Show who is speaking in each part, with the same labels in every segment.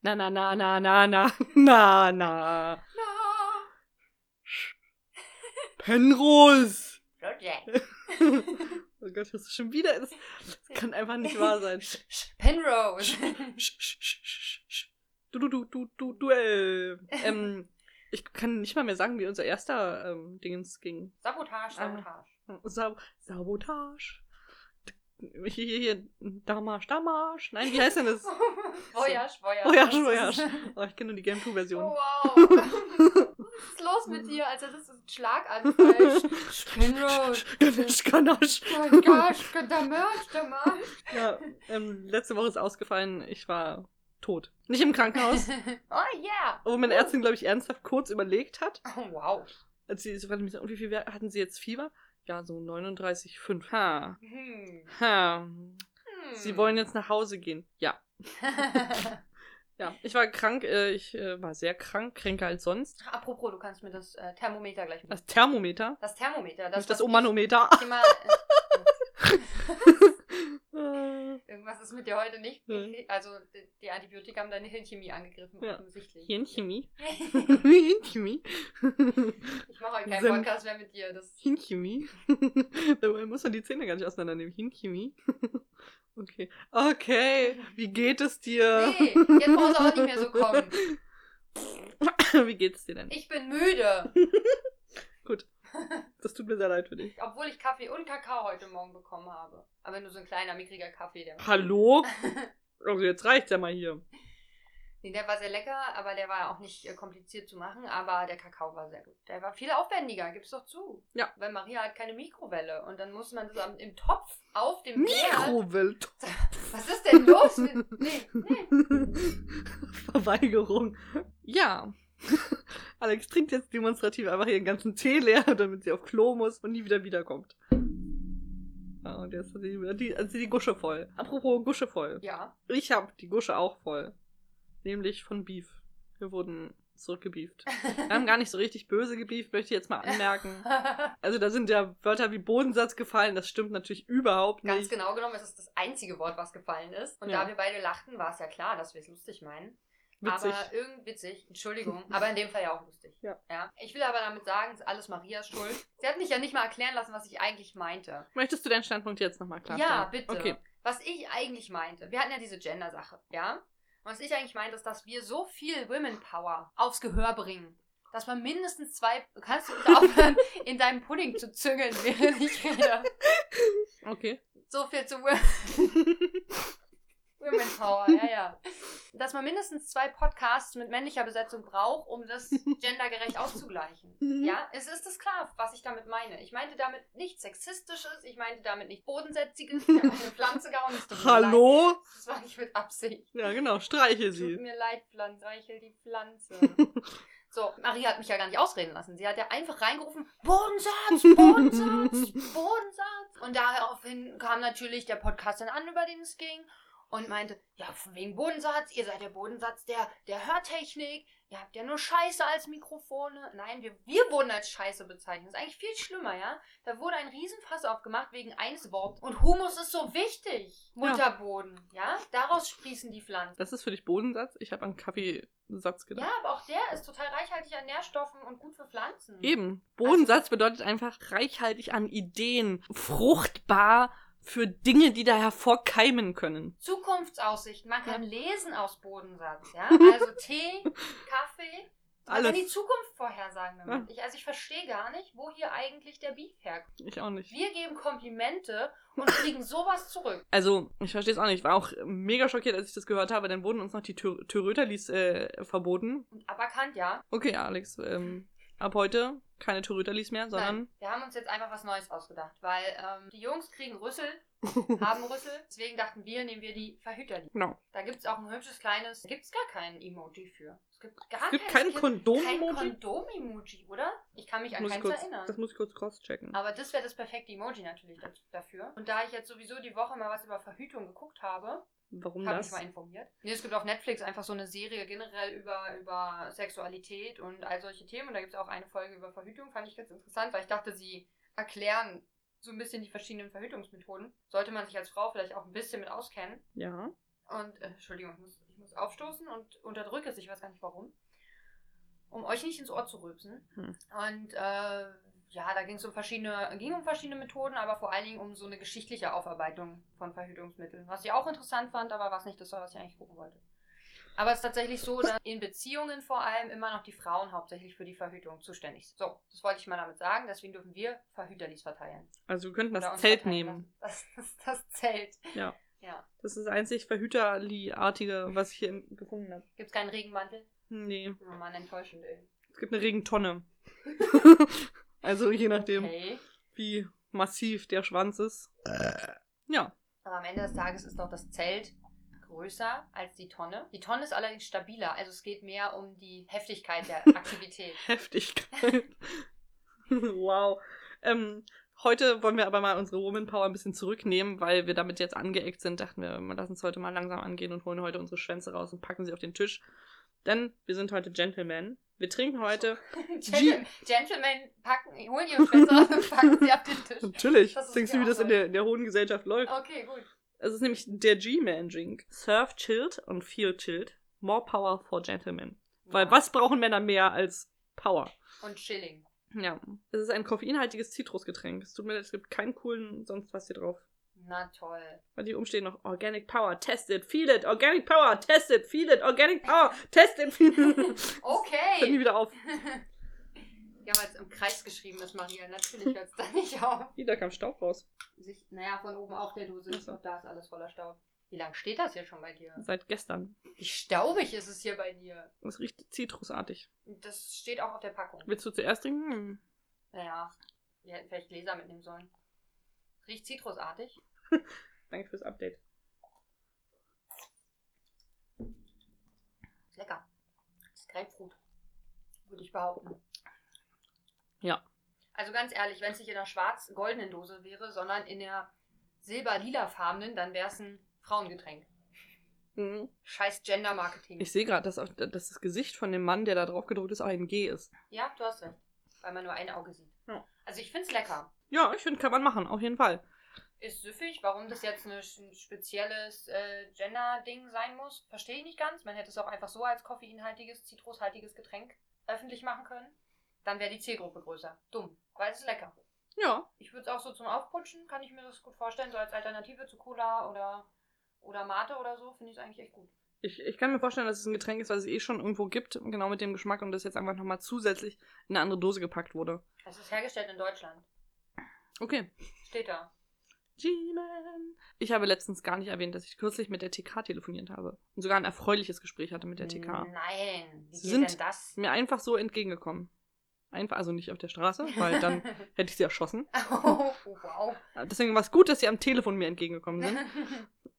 Speaker 1: Na, na, na, na, na, na, na, na.
Speaker 2: No.
Speaker 1: Penrose!
Speaker 2: Roger.
Speaker 1: Oh Gott, das ist schon wieder. Das kann einfach nicht wahr sein. Sch,
Speaker 2: Penrose.
Speaker 1: sch, sch, sch, sch. Du, du, du, du, du, duell. Ähm, ich kann nicht mal mehr sagen, wie unser erster ähm, Dingens ging.
Speaker 2: Sabotage,
Speaker 1: Ah.
Speaker 2: Sabotage.
Speaker 1: Sab Sabotage. Hier, hier, hier. Damasch, Damasch. Nein, wie heißt denn das?
Speaker 2: Voyage, Voyage.
Speaker 1: Voyage, Voyage. Oh, ich kenne nur die Game 2-Version.
Speaker 2: Wow. Was ist los mit dir? Also das ist ein Schlaganfall. Penrose.
Speaker 1: Kanasch, Kanasch.
Speaker 2: Oh mein Gott, der Mörsch, der Mörsch.
Speaker 1: Ja, ähm, letzte Woche ist ausgefallen. Ich war tot. Nicht im Krankenhaus.
Speaker 2: Oh yeah.
Speaker 1: Wo meine Ärztin, glaube ich, ernsthaft kurz überlegt hat.
Speaker 2: Oh, wow.
Speaker 1: Also sie sie fragte mich, so, und wie viel Wer- hatten sie jetzt Fieber? Ja, so 39,5. Ha.
Speaker 2: Hm.
Speaker 1: Ha.
Speaker 2: Hm.
Speaker 1: Sie wollen jetzt nach Hause gehen. Ja. Ja, ich war krank, äh, ich äh, war sehr krank, kränker als sonst.
Speaker 2: Apropos, du kannst mir das äh, Thermometer gleich
Speaker 1: Das Thermometer,
Speaker 2: Das Thermometer,
Speaker 1: das,
Speaker 2: das,
Speaker 1: nicht das Omanometer.
Speaker 2: ich immer,
Speaker 1: Äh,
Speaker 2: Irgendwas ist mit dir heute nicht.
Speaker 1: Hm.
Speaker 2: Also die- die Antibiotika haben deine Hirnchemie angegriffen,
Speaker 1: Ja.
Speaker 2: offensichtlich.
Speaker 1: Hirnchemie.
Speaker 2: ich
Speaker 1: Hirnchemie.
Speaker 2: mache heute keinen
Speaker 1: Senf.
Speaker 2: Podcast mehr mit dir. Das
Speaker 1: Hirnchemie. Dabei muss man die Zähne gar nicht auseinandernehmen. Hirnchemie. Okay. Okay, wie geht es dir?
Speaker 2: nee, jetzt muss es auch nicht mehr so kommen.
Speaker 1: Wie geht's dir denn?
Speaker 2: Ich bin müde,
Speaker 1: Das tut mir sehr leid für dich.
Speaker 2: obwohl ich Kaffee und Kakao heute Morgen bekommen habe. Aber nur so ein kleiner, mickriger Kaffee. Der,
Speaker 1: Hallo? Also jetzt reicht's ja mal hier.
Speaker 2: nee, der war sehr lecker, aber der war auch nicht äh, kompliziert zu machen. Aber der Kakao war sehr gut. Der war viel aufwendiger, gib's doch zu.
Speaker 1: Ja.
Speaker 2: Weil Maria hat keine Mikrowelle. Und dann muss man das am, im Topf auf dem Herd-
Speaker 1: Mikrowelt.
Speaker 2: Was ist denn los mit... Nee, nee.
Speaker 1: Verweigerung. Ja. Alex trinkt jetzt demonstrativ einfach ihren ganzen Tee leer, damit sie auf Klo muss und nie wieder wiederkommt. Ja, und jetzt hat sie die, hat sie die Gusche voll. Apropos Gusche voll.
Speaker 2: Ja.
Speaker 1: Ich habe die Gusche auch voll. Nämlich von Beef. Wir wurden zurückgebieft. Wir haben gar nicht so richtig böse gebieft, möchte ich jetzt mal anmerken. Also da sind ja Wörter wie Bodensatz gefallen, das stimmt natürlich überhaupt
Speaker 2: Ganz
Speaker 1: nicht.
Speaker 2: genau genommen ist es das einzige Wort, was gefallen ist. Und
Speaker 1: Ja.
Speaker 2: da wir beide lachten, war es ja klar, dass wir es lustig meinen.
Speaker 1: Witzig.
Speaker 2: Aber irgendwie witzig, Entschuldigung. Aber in dem Fall ja auch lustig.
Speaker 1: Ja.
Speaker 2: Ich will aber damit sagen, es ist alles Marias Schuld. Sie hat mich ja nicht mal erklären lassen, was ich eigentlich meinte.
Speaker 1: Möchtest du deinen Standpunkt jetzt nochmal klarstellen?
Speaker 2: ja, bitte.
Speaker 1: Okay.
Speaker 2: Was ich eigentlich meinte, wir hatten ja diese Gender-Sache, ja? Und was ich eigentlich meinte, ist, dass wir so viel Women Power aufs Gehör bringen, dass man mindestens zwei. Kannst du bitte aufhören, in deinem Pudding zu züngeln, während ich rede?
Speaker 1: Okay.
Speaker 2: So viel zu Women. Women Power, ja, ja. Dass man mindestens zwei Podcasts mit männlicher Besetzung braucht, um das gendergerecht auszugleichen.
Speaker 1: Mhm.
Speaker 2: Ja, es ist es klar, was ich damit meine. Ich meinte damit nichts Sexistisches, ich meinte damit nicht Bodensätziges, ich habe eine Pflanze gehauen. es tut mir Leid.
Speaker 1: Hallo?
Speaker 2: Das war nicht mit Absicht.
Speaker 1: Ja, genau, streiche
Speaker 2: Tut
Speaker 1: sie.
Speaker 2: mir leid, Pflanze, reichel die Pflanze. So, Maria hat mich ja gar nicht ausreden lassen. Sie hat ja einfach reingerufen, Bodensatz, Bodensatz, Bodensatz. Und daraufhin kam natürlich der Podcast dann an, über den es ging. Und meinte, ja, von wegen Bodensatz, ihr seid der Bodensatz der, der Hörtechnik. Ihr habt ja nur Scheiße als Mikrofone. Nein, wir, wir wurden als Scheiße bezeichnet. Das ist eigentlich viel schlimmer, ja? Da wurde ein Riesenfass aufgemacht wegen eines Wortes. Und Humus ist so wichtig. Mutterboden, ja? Daraus sprießen die Pflanzen.
Speaker 1: Das ist für dich Bodensatz? Ich habe an Kaffeesatz
Speaker 2: Ja,
Speaker 1: gedacht.
Speaker 2: aber auch der ist total reichhaltig an Nährstoffen und gut für Pflanzen.
Speaker 1: Eben. Bodensatz bedeutet einfach reichhaltig an Ideen, fruchtbar für Dinge, die da hervorkeimen können.
Speaker 2: Zukunftsaussichten. Man kann lesen aus Bodensatz, ja? Also Tee, Kaffee. Man kann die
Speaker 1: Alles.
Speaker 2: Zukunft vorhersagen damit.
Speaker 1: Ja.
Speaker 2: Ich, also ich verstehe gar nicht, wo hier eigentlich der Beef herkommt.
Speaker 1: Ich auch nicht.
Speaker 2: Wir geben Komplimente und kriegen sowas zurück.
Speaker 1: Also, ich verstehe es auch nicht. Ich war auch mega schockiert, als ich das gehört habe. Dann wurden uns noch die Tö- Töröterlis äh, verboten.
Speaker 2: Und aberkannt, ja.
Speaker 1: Okay, Alex, ähm, ab heute keine Töröterlis mehr, sondern...
Speaker 2: Nein, wir haben uns jetzt einfach was Neues ausgedacht, weil ähm, die Jungs kriegen Rüssel, haben Rüssel. Deswegen dachten wir, nehmen wir die Verhüterli.
Speaker 1: Genau.
Speaker 2: Da gibt es auch ein hübsches kleines. Da gibt es gar kein Emoji für. Es gibt gar
Speaker 1: Es gibt
Speaker 2: kein,
Speaker 1: kein Kondom.
Speaker 2: kein Kondom-Emoji, oder? Ich kann mich an
Speaker 1: muss ich
Speaker 2: keins
Speaker 1: kurz,
Speaker 2: erinnern.
Speaker 1: das muss ich kurz crosschecken.
Speaker 2: Aber das wäre das perfekte Emoji natürlich da- dafür. Und da ich jetzt sowieso die Woche mal was über Verhütung geguckt habe,
Speaker 1: Warum
Speaker 2: habe ich
Speaker 1: das?
Speaker 2: mal informiert. Nee, es gibt auf Netflix einfach so eine Serie generell über, über Sexualität und all solche Themen. Und da gibt es auch eine Folge über Verhütung, fand ich ganz interessant, weil ich dachte, sie erklären so ein bisschen die verschiedenen Verhütungsmethoden. Sollte man sich als Frau vielleicht auch ein bisschen mit auskennen.
Speaker 1: Ja.
Speaker 2: Und, äh, Entschuldigung, ich muss, ich muss aufstoßen und unterdrücke es, ich weiß gar nicht warum, um euch nicht ins Ohr zu rülpsen.
Speaker 1: Hm.
Speaker 2: Und äh, ja, da ging es um verschiedene, ging um verschiedene Methoden, aber vor allen Dingen um so eine geschichtliche Aufarbeitung von Verhütungsmitteln, was ich auch interessant fand, aber was nicht das war, was ich eigentlich gucken wollte. Aber es ist tatsächlich so, dass in Beziehungen vor allem immer noch die Frauen hauptsächlich für die Verhütung zuständig sind. So, das wollte ich mal damit sagen, deswegen dürfen wir Verhüterlis verteilen.
Speaker 1: Also wir könnten
Speaker 2: Oder
Speaker 1: das
Speaker 2: uns
Speaker 1: Zelt
Speaker 2: verteilen
Speaker 1: nehmen.
Speaker 2: lassen. Das ist das Zelt.
Speaker 1: Ja.
Speaker 2: Ja.
Speaker 1: Das ist das einzig Verhüterli-artige, was ich hier im- gefunden habe.
Speaker 2: Gibt es keinen Regenmantel?
Speaker 1: Nee,
Speaker 2: Oh Mann, enttäuschend, ey.
Speaker 1: es gibt eine Regentonne. also je nachdem,
Speaker 2: Okay.
Speaker 1: wie massiv der Schwanz ist. Ja,
Speaker 2: Aber am Ende des Tages ist doch das Zelt größer als die Tonne. Die Tonne ist allerdings stabiler, also es geht mehr um die Heftigkeit der Aktivität.
Speaker 1: Heftigkeit. wow. Ähm, heute wollen wir aber mal unsere Woman Power ein bisschen zurücknehmen, weil wir damit jetzt angeeckt sind. Dachten wir, wir lassen es heute mal langsam angehen und holen heute unsere Schwänze raus und packen sie auf den Tisch. Denn wir sind heute Gentlemen. Wir trinken heute.
Speaker 2: Gentlemen, Gentlemen packen, holen ihre Schwänze raus und packen sie auf den Tisch.
Speaker 1: Natürlich.
Speaker 2: Das ist
Speaker 1: Denkst du,
Speaker 2: ja
Speaker 1: wie das in
Speaker 2: auch
Speaker 1: der, in der hohen Gesellschaft läuft?
Speaker 2: Okay, gut.
Speaker 1: Es ist nämlich der G-Man-Drink. Surf chilled und feel chilled. More power for gentlemen. Weil was brauchen Männer mehr als Power?
Speaker 2: Und Chilling.
Speaker 1: Ja. Es ist ein koffeinhaltiges Zitrusgetränk. Es tut mir leid, es gibt keinen coolen sonst was hier drauf.
Speaker 2: Na toll.
Speaker 1: Weil die umstehen noch Organic Power, test it, feel it, Organic Power, test it, feel it, Organic Power, test it, feel it. Hört nie
Speaker 2: Okay.
Speaker 1: wieder auf.
Speaker 2: Ja, weil es im Kreis geschrieben ist, Maria. Natürlich hört es da nicht auf.
Speaker 1: Hier, da kam Staub raus.
Speaker 2: Sich, naja, von oben auch der Dose.
Speaker 1: Ach so.
Speaker 2: Auch da ist alles voller Staub. Wie lange steht das hier schon bei dir?
Speaker 1: Seit gestern.
Speaker 2: Wie staubig ist es hier bei dir?
Speaker 1: Es riecht zitrusartig.
Speaker 2: Das steht auch auf der Packung.
Speaker 1: Willst du zuerst trinken? Hm.
Speaker 2: Naja, wir hätten vielleicht Gläser mitnehmen sollen. Riecht zitrusartig.
Speaker 1: Danke fürs Update.
Speaker 2: Ist lecker. Ist Grapefruit. Würde ich behaupten.
Speaker 1: Ja.
Speaker 2: Also ganz ehrlich, wenn es nicht in der schwarz-goldenen Dose wäre, sondern in der silber-lila-farbenen, dann wäre es ein Frauengetränk.
Speaker 1: Mhm.
Speaker 2: Scheiß Gender-Marketing.
Speaker 1: Ich sehe gerade, dass, auf- dass das Gesicht von dem Mann, der da drauf gedruckt ist, auch ein G ist.
Speaker 2: Ja, du hast recht. Weil man nur ein Auge sieht.
Speaker 1: Ja.
Speaker 2: Also ich finde es lecker.
Speaker 1: Ja, ich finde, kann man machen, auf jeden Fall.
Speaker 2: Ist süffig. Warum das jetzt eine- ein spezielles äh, Gender-Ding sein muss, verstehe ich nicht ganz. Man hätte es auch einfach so als koffeinhaltiges, zitrushaltiges Getränk öffentlich machen können. Dann wäre die Zielgruppe größer. Dumm, weil es ist lecker.
Speaker 1: Ja,
Speaker 2: Ich würde es auch so zum Aufputschen, kann ich mir das gut vorstellen, so als Alternative zu Cola oder, oder Mate oder so, finde ich es eigentlich echt gut.
Speaker 1: ich, ich kann mir vorstellen, dass es ein Getränk ist, was es eh schon irgendwo gibt, genau mit dem Geschmack und das jetzt einfach nochmal zusätzlich in eine andere Dose gepackt wurde.
Speaker 2: Es ist hergestellt in Deutschland.
Speaker 1: Okay.
Speaker 2: Steht da.
Speaker 1: G-Man. Ich habe letztens gar nicht erwähnt, dass ich kürzlich mit der TK telefoniert habe. Und sogar ein erfreuliches Gespräch hatte mit der TK.
Speaker 2: Nein, wie geht
Speaker 1: Sind-
Speaker 2: denn das?
Speaker 1: Ist mir einfach so entgegengekommen. Einfach, also nicht auf der Straße, weil dann hätte ich sie erschossen.
Speaker 2: oh, wow.
Speaker 1: Deswegen war es gut, dass sie am Telefon mir entgegengekommen sind.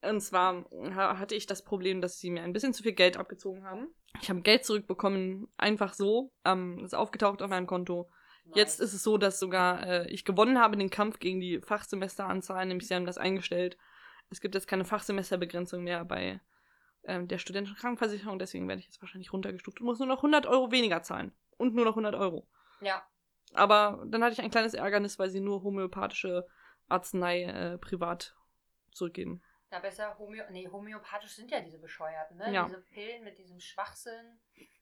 Speaker 1: Und zwar ha- hatte ich das Problem, dass sie mir ein bisschen zu viel Geld abgezogen haben. Ich habe Geld zurückbekommen, einfach so. Ähm, ist aufgetaucht auf meinem Konto. Jetzt ist es so, dass sogar äh, ich gewonnen habe den Kampf gegen die Fachsemesteranzahl, nämlich sie haben das eingestellt. Es gibt jetzt keine Fachsemesterbegrenzung mehr bei ähm, der studentischen Krankenversicherung, deswegen werde ich jetzt wahrscheinlich runtergestuft und muss nur noch 100 Euro weniger zahlen. Und nur noch 100 Euro.
Speaker 2: Ja,
Speaker 1: Aber dann hatte ich ein kleines Ärgernis, weil sie nur homöopathische Arznei äh, privat zurückgeben.
Speaker 2: Na, besser Homö nee, homöopathisch sind ja diese Bescheuerten, ne?
Speaker 1: Ja.
Speaker 2: Diese Pillen mit diesem Schwachsinn,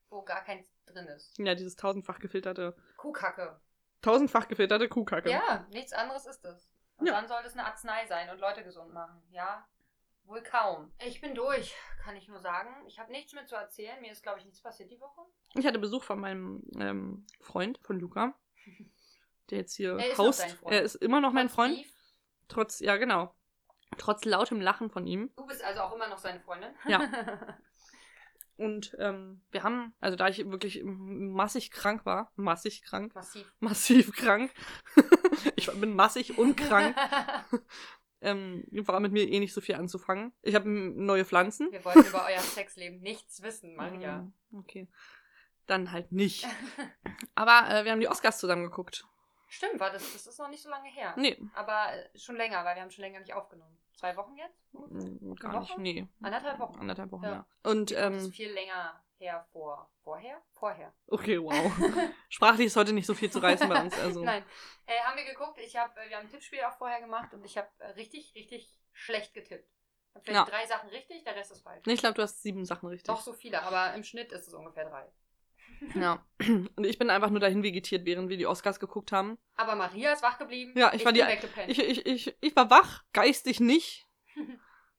Speaker 2: wo gar keins drin ist.
Speaker 1: Ja, dieses tausendfach gefilterte,
Speaker 2: Kuhkacke.
Speaker 1: tausendfach gefilterte Kuhkacke.
Speaker 2: Ja, nichts anderes ist es. Und
Speaker 1: Ja.
Speaker 2: dann soll das eine Arznei sein und Leute gesund machen. Ja, wohl kaum. Ich bin durch, kann ich nur sagen. Ich habe nichts mehr zu erzählen. Mir ist, glaube ich, nichts passiert die Woche.
Speaker 1: Ich hatte Besuch von meinem ähm, Freund, von Luca, der jetzt hier
Speaker 2: Er ist noch
Speaker 1: haust.
Speaker 2: dein Freund.
Speaker 1: er ist immer noch mein
Speaker 2: Trotz
Speaker 1: Freund.
Speaker 2: Beef.
Speaker 1: Trotz, ja genau. Trotz lautem Lachen von ihm.
Speaker 2: Du bist also auch immer noch seine Freundin.
Speaker 1: Ja. Und ähm, wir haben, also da ich wirklich m- massig krank war, massig krank,
Speaker 2: Massiv.
Speaker 1: massiv krank. ich bin massig und krank. ähm, war mit mir eh nicht so viel anzufangen. Ich habe m- neue Pflanzen.
Speaker 2: Wir wollten über euer Sexleben nichts wissen, Maria.
Speaker 1: Mm, Okay. Dann halt nicht. Aber äh, wir haben die Oscars zusammen geguckt.
Speaker 2: Stimmt, war das, das ist noch nicht so lange her.
Speaker 1: Nee,
Speaker 2: Aber äh, schon länger, weil wir haben schon länger nicht aufgenommen. Zwei Wochen jetzt?
Speaker 1: mm, gar nicht.
Speaker 2: Woche?
Speaker 1: Nee.
Speaker 2: Anderthalb Wochen.
Speaker 1: Anderthalb Wochen, ja.
Speaker 2: Ja.
Speaker 1: Und,
Speaker 2: das
Speaker 1: ähm,
Speaker 2: ist viel länger her vor. Vorher? Vorher.
Speaker 1: okay, wow. Sprachlich ist heute nicht so viel zu reißen bei uns. Also.
Speaker 2: Nein. Äh, haben wir geguckt, ich hab, äh, wir haben ein Tippspiel auch vorher gemacht und ich habe äh, richtig, richtig schlecht getippt. Vielleicht ja. drei Sachen richtig, der Rest ist falsch.
Speaker 1: Ich glaube, du hast sieben Sachen richtig.
Speaker 2: Doch so viele, aber im Schnitt ist es ungefähr drei.
Speaker 1: Ja. Und ich bin einfach nur dahin vegetiert, während wir die Oscars geguckt haben.
Speaker 2: Aber Maria ist wach geblieben.
Speaker 1: Ja, ich, war die.
Speaker 2: bin weggepennt.
Speaker 1: Ich, ich, ich, ich war wach, geistig nicht.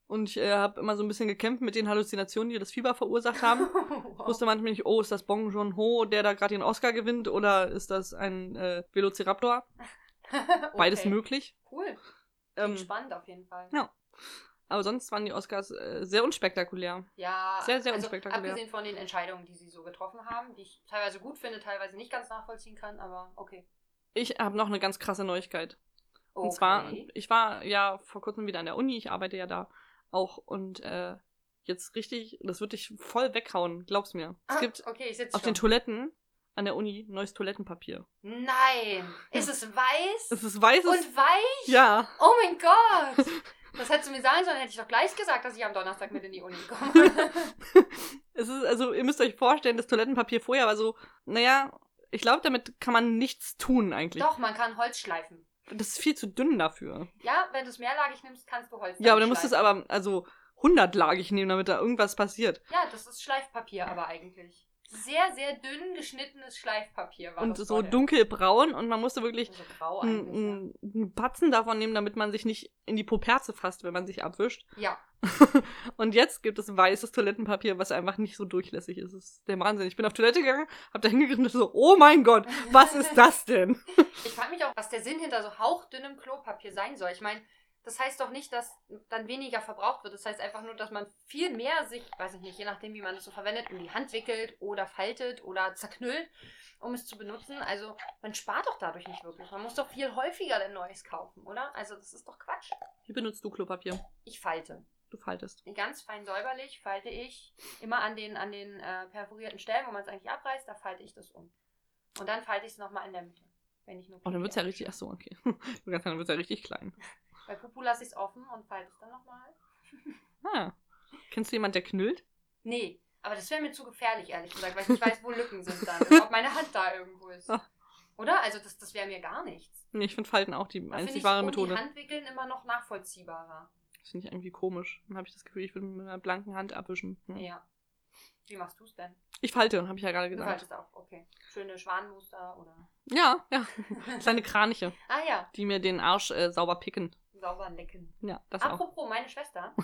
Speaker 1: Und ich äh, habe immer so ein bisschen gekämpft mit den Halluzinationen, die das Fieber verursacht haben. Ich
Speaker 2: wow.
Speaker 1: wusste manchmal nicht, oh, ist das Bong Joon-ho, der da gerade den Oscar gewinnt, oder ist das ein äh, Velociraptor? Beides
Speaker 2: Okay.
Speaker 1: möglich.
Speaker 2: Cool.
Speaker 1: Ähm,
Speaker 2: Spannend auf jeden Fall.
Speaker 1: Ja. aber sonst waren die Oscars äh, sehr unspektakulär.
Speaker 2: Ja, also
Speaker 1: Sehr, sehr unspektakulär.
Speaker 2: abgesehen von den Entscheidungen, die sie so getroffen haben, die ich teilweise gut finde, teilweise nicht ganz nachvollziehen kann, aber okay.
Speaker 1: Ich habe noch eine ganz krasse Neuigkeit.
Speaker 2: okay.
Speaker 1: Und zwar, ich war ja vor kurzem wieder an der Uni, ich arbeite ja da auch und äh, jetzt richtig, das wird dich voll weghauen, glaub's mir. Es
Speaker 2: Ah,
Speaker 1: gibt
Speaker 2: okay, ich sitze
Speaker 1: auf den Toiletten an der Uni neues Toilettenpapier.
Speaker 2: Nein! Ist es weiß?
Speaker 1: Es ist weißes.
Speaker 2: und weich?
Speaker 1: ja.
Speaker 2: Oh mein Gott! Das hättest du mir sagen sollen, hätte ich doch gleich gesagt, dass ich am Donnerstag mit in die Uni komme.
Speaker 1: Es ist, also ihr müsst euch vorstellen, das Toilettenpapier vorher war so, naja, ich glaube, damit kann man nichts tun eigentlich.
Speaker 2: Doch, man kann Holz schleifen.
Speaker 1: Das ist viel zu dünn dafür.
Speaker 2: Ja, wenn du es mehrlagig nimmst, kannst du Holz
Speaker 1: Ja, aber
Speaker 2: damit
Speaker 1: dann musst du es
Speaker 2: schleifen.
Speaker 1: aber, also 100-lagig nehmen, damit da irgendwas passiert.
Speaker 2: Ja, das ist Schleifpapier aber eigentlich. Sehr, sehr dünn geschnittenes Schleifpapier war
Speaker 1: und
Speaker 2: das
Speaker 1: so
Speaker 2: vorher.
Speaker 1: dunkelbraun und man musste wirklich
Speaker 2: So grau eigentlich. ja.
Speaker 1: einen einen Batzen davon nehmen, damit man sich nicht in die Poperze fasst, wenn man sich abwischt.
Speaker 2: Ja,
Speaker 1: Und jetzt gibt es weißes Toilettenpapier, was einfach nicht so durchlässig ist. Das ist der Wahnsinn. Ich bin auf Toilette gegangen, hab da hingegriffen und so, oh mein Gott, was ist das denn?
Speaker 2: ich frage mich auch, was der Sinn hinter so hauchdünnem Klopapier sein soll. Ich meine, das heißt doch nicht, dass dann weniger verbraucht wird. Das heißt einfach nur, dass man viel mehr sich, weiß ich nicht, je nachdem, wie man es so verwendet, in die Hand wickelt oder faltet oder zerknüllt, um es zu benutzen. Also man spart doch dadurch nicht wirklich. Man muss doch viel häufiger denn Neues kaufen, oder? Also das ist doch Quatsch.
Speaker 1: Wie benutzt du Klopapier?
Speaker 2: Ich falte.
Speaker 1: Du faltest.
Speaker 2: ganz fein säuberlich falte ich immer an den, an den äh, perforierten Stellen, wo man es eigentlich abreißt, da falte ich das um. Und dann falte ich es nochmal in der Mitte. Wenn ich nur
Speaker 1: Oh, dann wird's ja
Speaker 2: Papier-
Speaker 1: richtig, ach so, okay. Du kannst dann wird's ja richtig klein.
Speaker 2: Bei Pupu lasse ich es offen und falte es dann nochmal.
Speaker 1: Ah. Kennst du jemand, der knüllt?
Speaker 2: Nee, aber das wäre mir zu gefährlich, ehrlich gesagt, weil ich nicht weiß, wo Lücken sind dann. und Ob meine Hand da irgendwo ist.
Speaker 1: Ah.
Speaker 2: Oder? Also das, das wäre mir gar nichts.
Speaker 1: Nee, ich finde Falten auch die
Speaker 2: Da finde
Speaker 1: einzig
Speaker 2: ich
Speaker 1: wahre
Speaker 2: um
Speaker 1: Methode.
Speaker 2: die Handwickeln immer noch nachvollziehbarer.
Speaker 1: Das finde ich irgendwie komisch. Dann habe ich das Gefühl, ich würde mit meiner blanken Hand abwischen. Hm.
Speaker 2: Ja. Wie machst du es denn?
Speaker 1: Ich falte, habe ich ja gerade
Speaker 2: Du
Speaker 1: gesagt.
Speaker 2: faltest auch, okay. Schöne Schwanenmuster oder...
Speaker 1: Ja, ja. Kleine Kraniche,
Speaker 2: Ah ja,
Speaker 1: die mir den Arsch äh, sauber picken.
Speaker 2: sauber lecken.
Speaker 1: Ja, das auch.
Speaker 2: Apropos, meine Schwester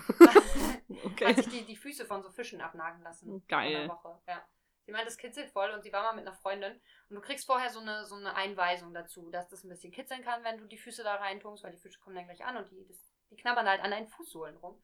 Speaker 2: hat
Speaker 1: Okay.
Speaker 2: sich die, die Füße von so Fischen abnagen lassen.
Speaker 1: Geil.
Speaker 2: In der Woche. Ja. Sie meint, das kitzelt voll und sie war mal mit einer Freundin. Und du kriegst vorher so eine, so eine Einweisung dazu, dass das ein bisschen kitzeln kann, wenn du die Füße da reintunkst, weil die Fische kommen dann gleich an und die, das, die knabbern halt an deinen Fußsohlen rum.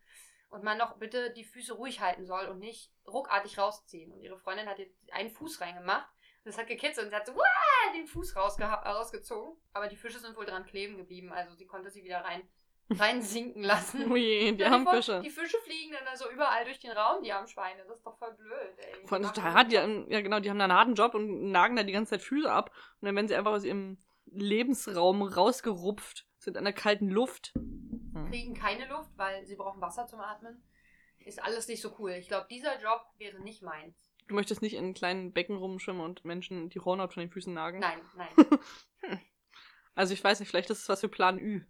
Speaker 2: Und man doch bitte die Füße ruhig halten soll und nicht ruckartig rausziehen. Und ihre Freundin hat jetzt einen Fuß reingemacht und es hat gekitzelt und sie hat so "Uah!" den Fuß rausgeha- rausgezogen. Aber die Fische sind wohl dran kleben geblieben, also sie konnte sie wieder rein, rein sinken lassen.
Speaker 1: Ui, die
Speaker 2: Ja,
Speaker 1: haben
Speaker 2: voll-
Speaker 1: Fische.
Speaker 2: Die Fische fliegen dann also überall durch den Raum, die haben Schweine. Das ist doch voll blöd, ey.
Speaker 1: Vor allem total hart. Die, haben- ja, genau, die haben da einen harten Job und nagen da die ganze Zeit Füße ab. Und dann werden sie einfach aus ihrem Lebensraum rausgerupft, sind an der kalten Luft. Hm.
Speaker 2: kriegen keine Luft, weil sie brauchen Wasser zum Atmen. Ist alles nicht so cool. Ich glaube, dieser Job wäre nicht meins.
Speaker 1: Du möchtest nicht in kleinen Becken rumschwimmen und Menschen die Hornhaut von den Füßen nagen.
Speaker 2: Nein, nein.
Speaker 1: Also ich weiß nicht, vielleicht ist es was für Plan Ü.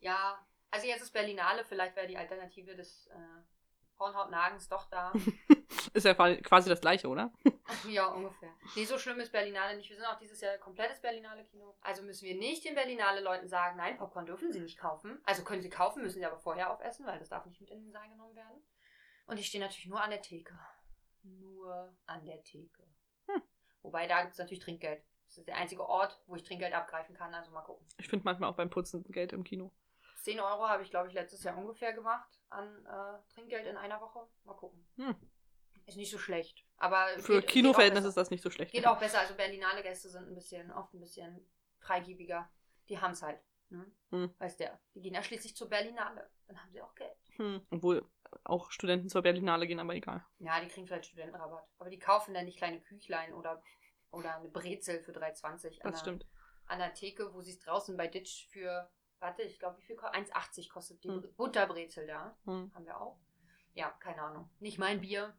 Speaker 2: ja, also jetzt ist Berlinale, vielleicht wäre die Alternative des äh, Hornhautnagens doch da.
Speaker 1: Ist ja quasi das gleiche, oder?
Speaker 2: ja, ungefähr. Nee, so schlimm ist Berlinale nicht. Wir sind auch dieses Jahr komplettes Berlinale-Kino. Also müssen wir nicht den Berlinale-Leuten sagen, nein, Popcorn dürfen sie nicht kaufen. Also können sie kaufen, müssen sie aber vorher aufessen, weil das darf nicht mit in den Saal genommen werden. Und ich stehe natürlich nur an der Theke. Nur an der Theke.
Speaker 1: Hm.
Speaker 2: Wobei, da gibt es natürlich Trinkgeld. Das ist der einzige Ort, wo ich Trinkgeld abgreifen kann. Also mal gucken.
Speaker 1: Ich finde manchmal auch beim Putzen Geld im Kino.
Speaker 2: 10 Euro habe ich, glaube ich, letztes Jahr ungefähr gemacht an äh, Trinkgeld in einer Woche. Mal gucken.
Speaker 1: Hm.
Speaker 2: Ist nicht so schlecht. Aber
Speaker 1: Für
Speaker 2: geht- geht auch
Speaker 1: Kinoverhältnisse
Speaker 2: besser.
Speaker 1: ist das nicht so schlecht.
Speaker 2: Geht auch besser. Also Berlinale Gäste sind ein bisschen, oft ein bisschen freigebiger. Die haben es halt. Ne?
Speaker 1: Hm.
Speaker 2: Weißt der. Die gehen ja schließlich zur Berlinale. Dann haben sie auch Geld.
Speaker 1: Hm. Obwohl auch Studenten zur Berlinale gehen, aber egal.
Speaker 2: Ja, die kriegen vielleicht Studentenrabatt. Aber die kaufen dann nicht kleine Küchlein oder, oder eine Brezel für 3,20 an,
Speaker 1: Das
Speaker 2: der-
Speaker 1: stimmt.
Speaker 2: an der Theke, wo sie es draußen bei Ditch für, warte, ich glaube, wie viel kostet? 1,80 kostet die
Speaker 1: Hm.
Speaker 2: Bre- Butterbrezel da.
Speaker 1: Hm.
Speaker 2: Haben wir auch. Ja, keine Ahnung. Nicht mein Bier.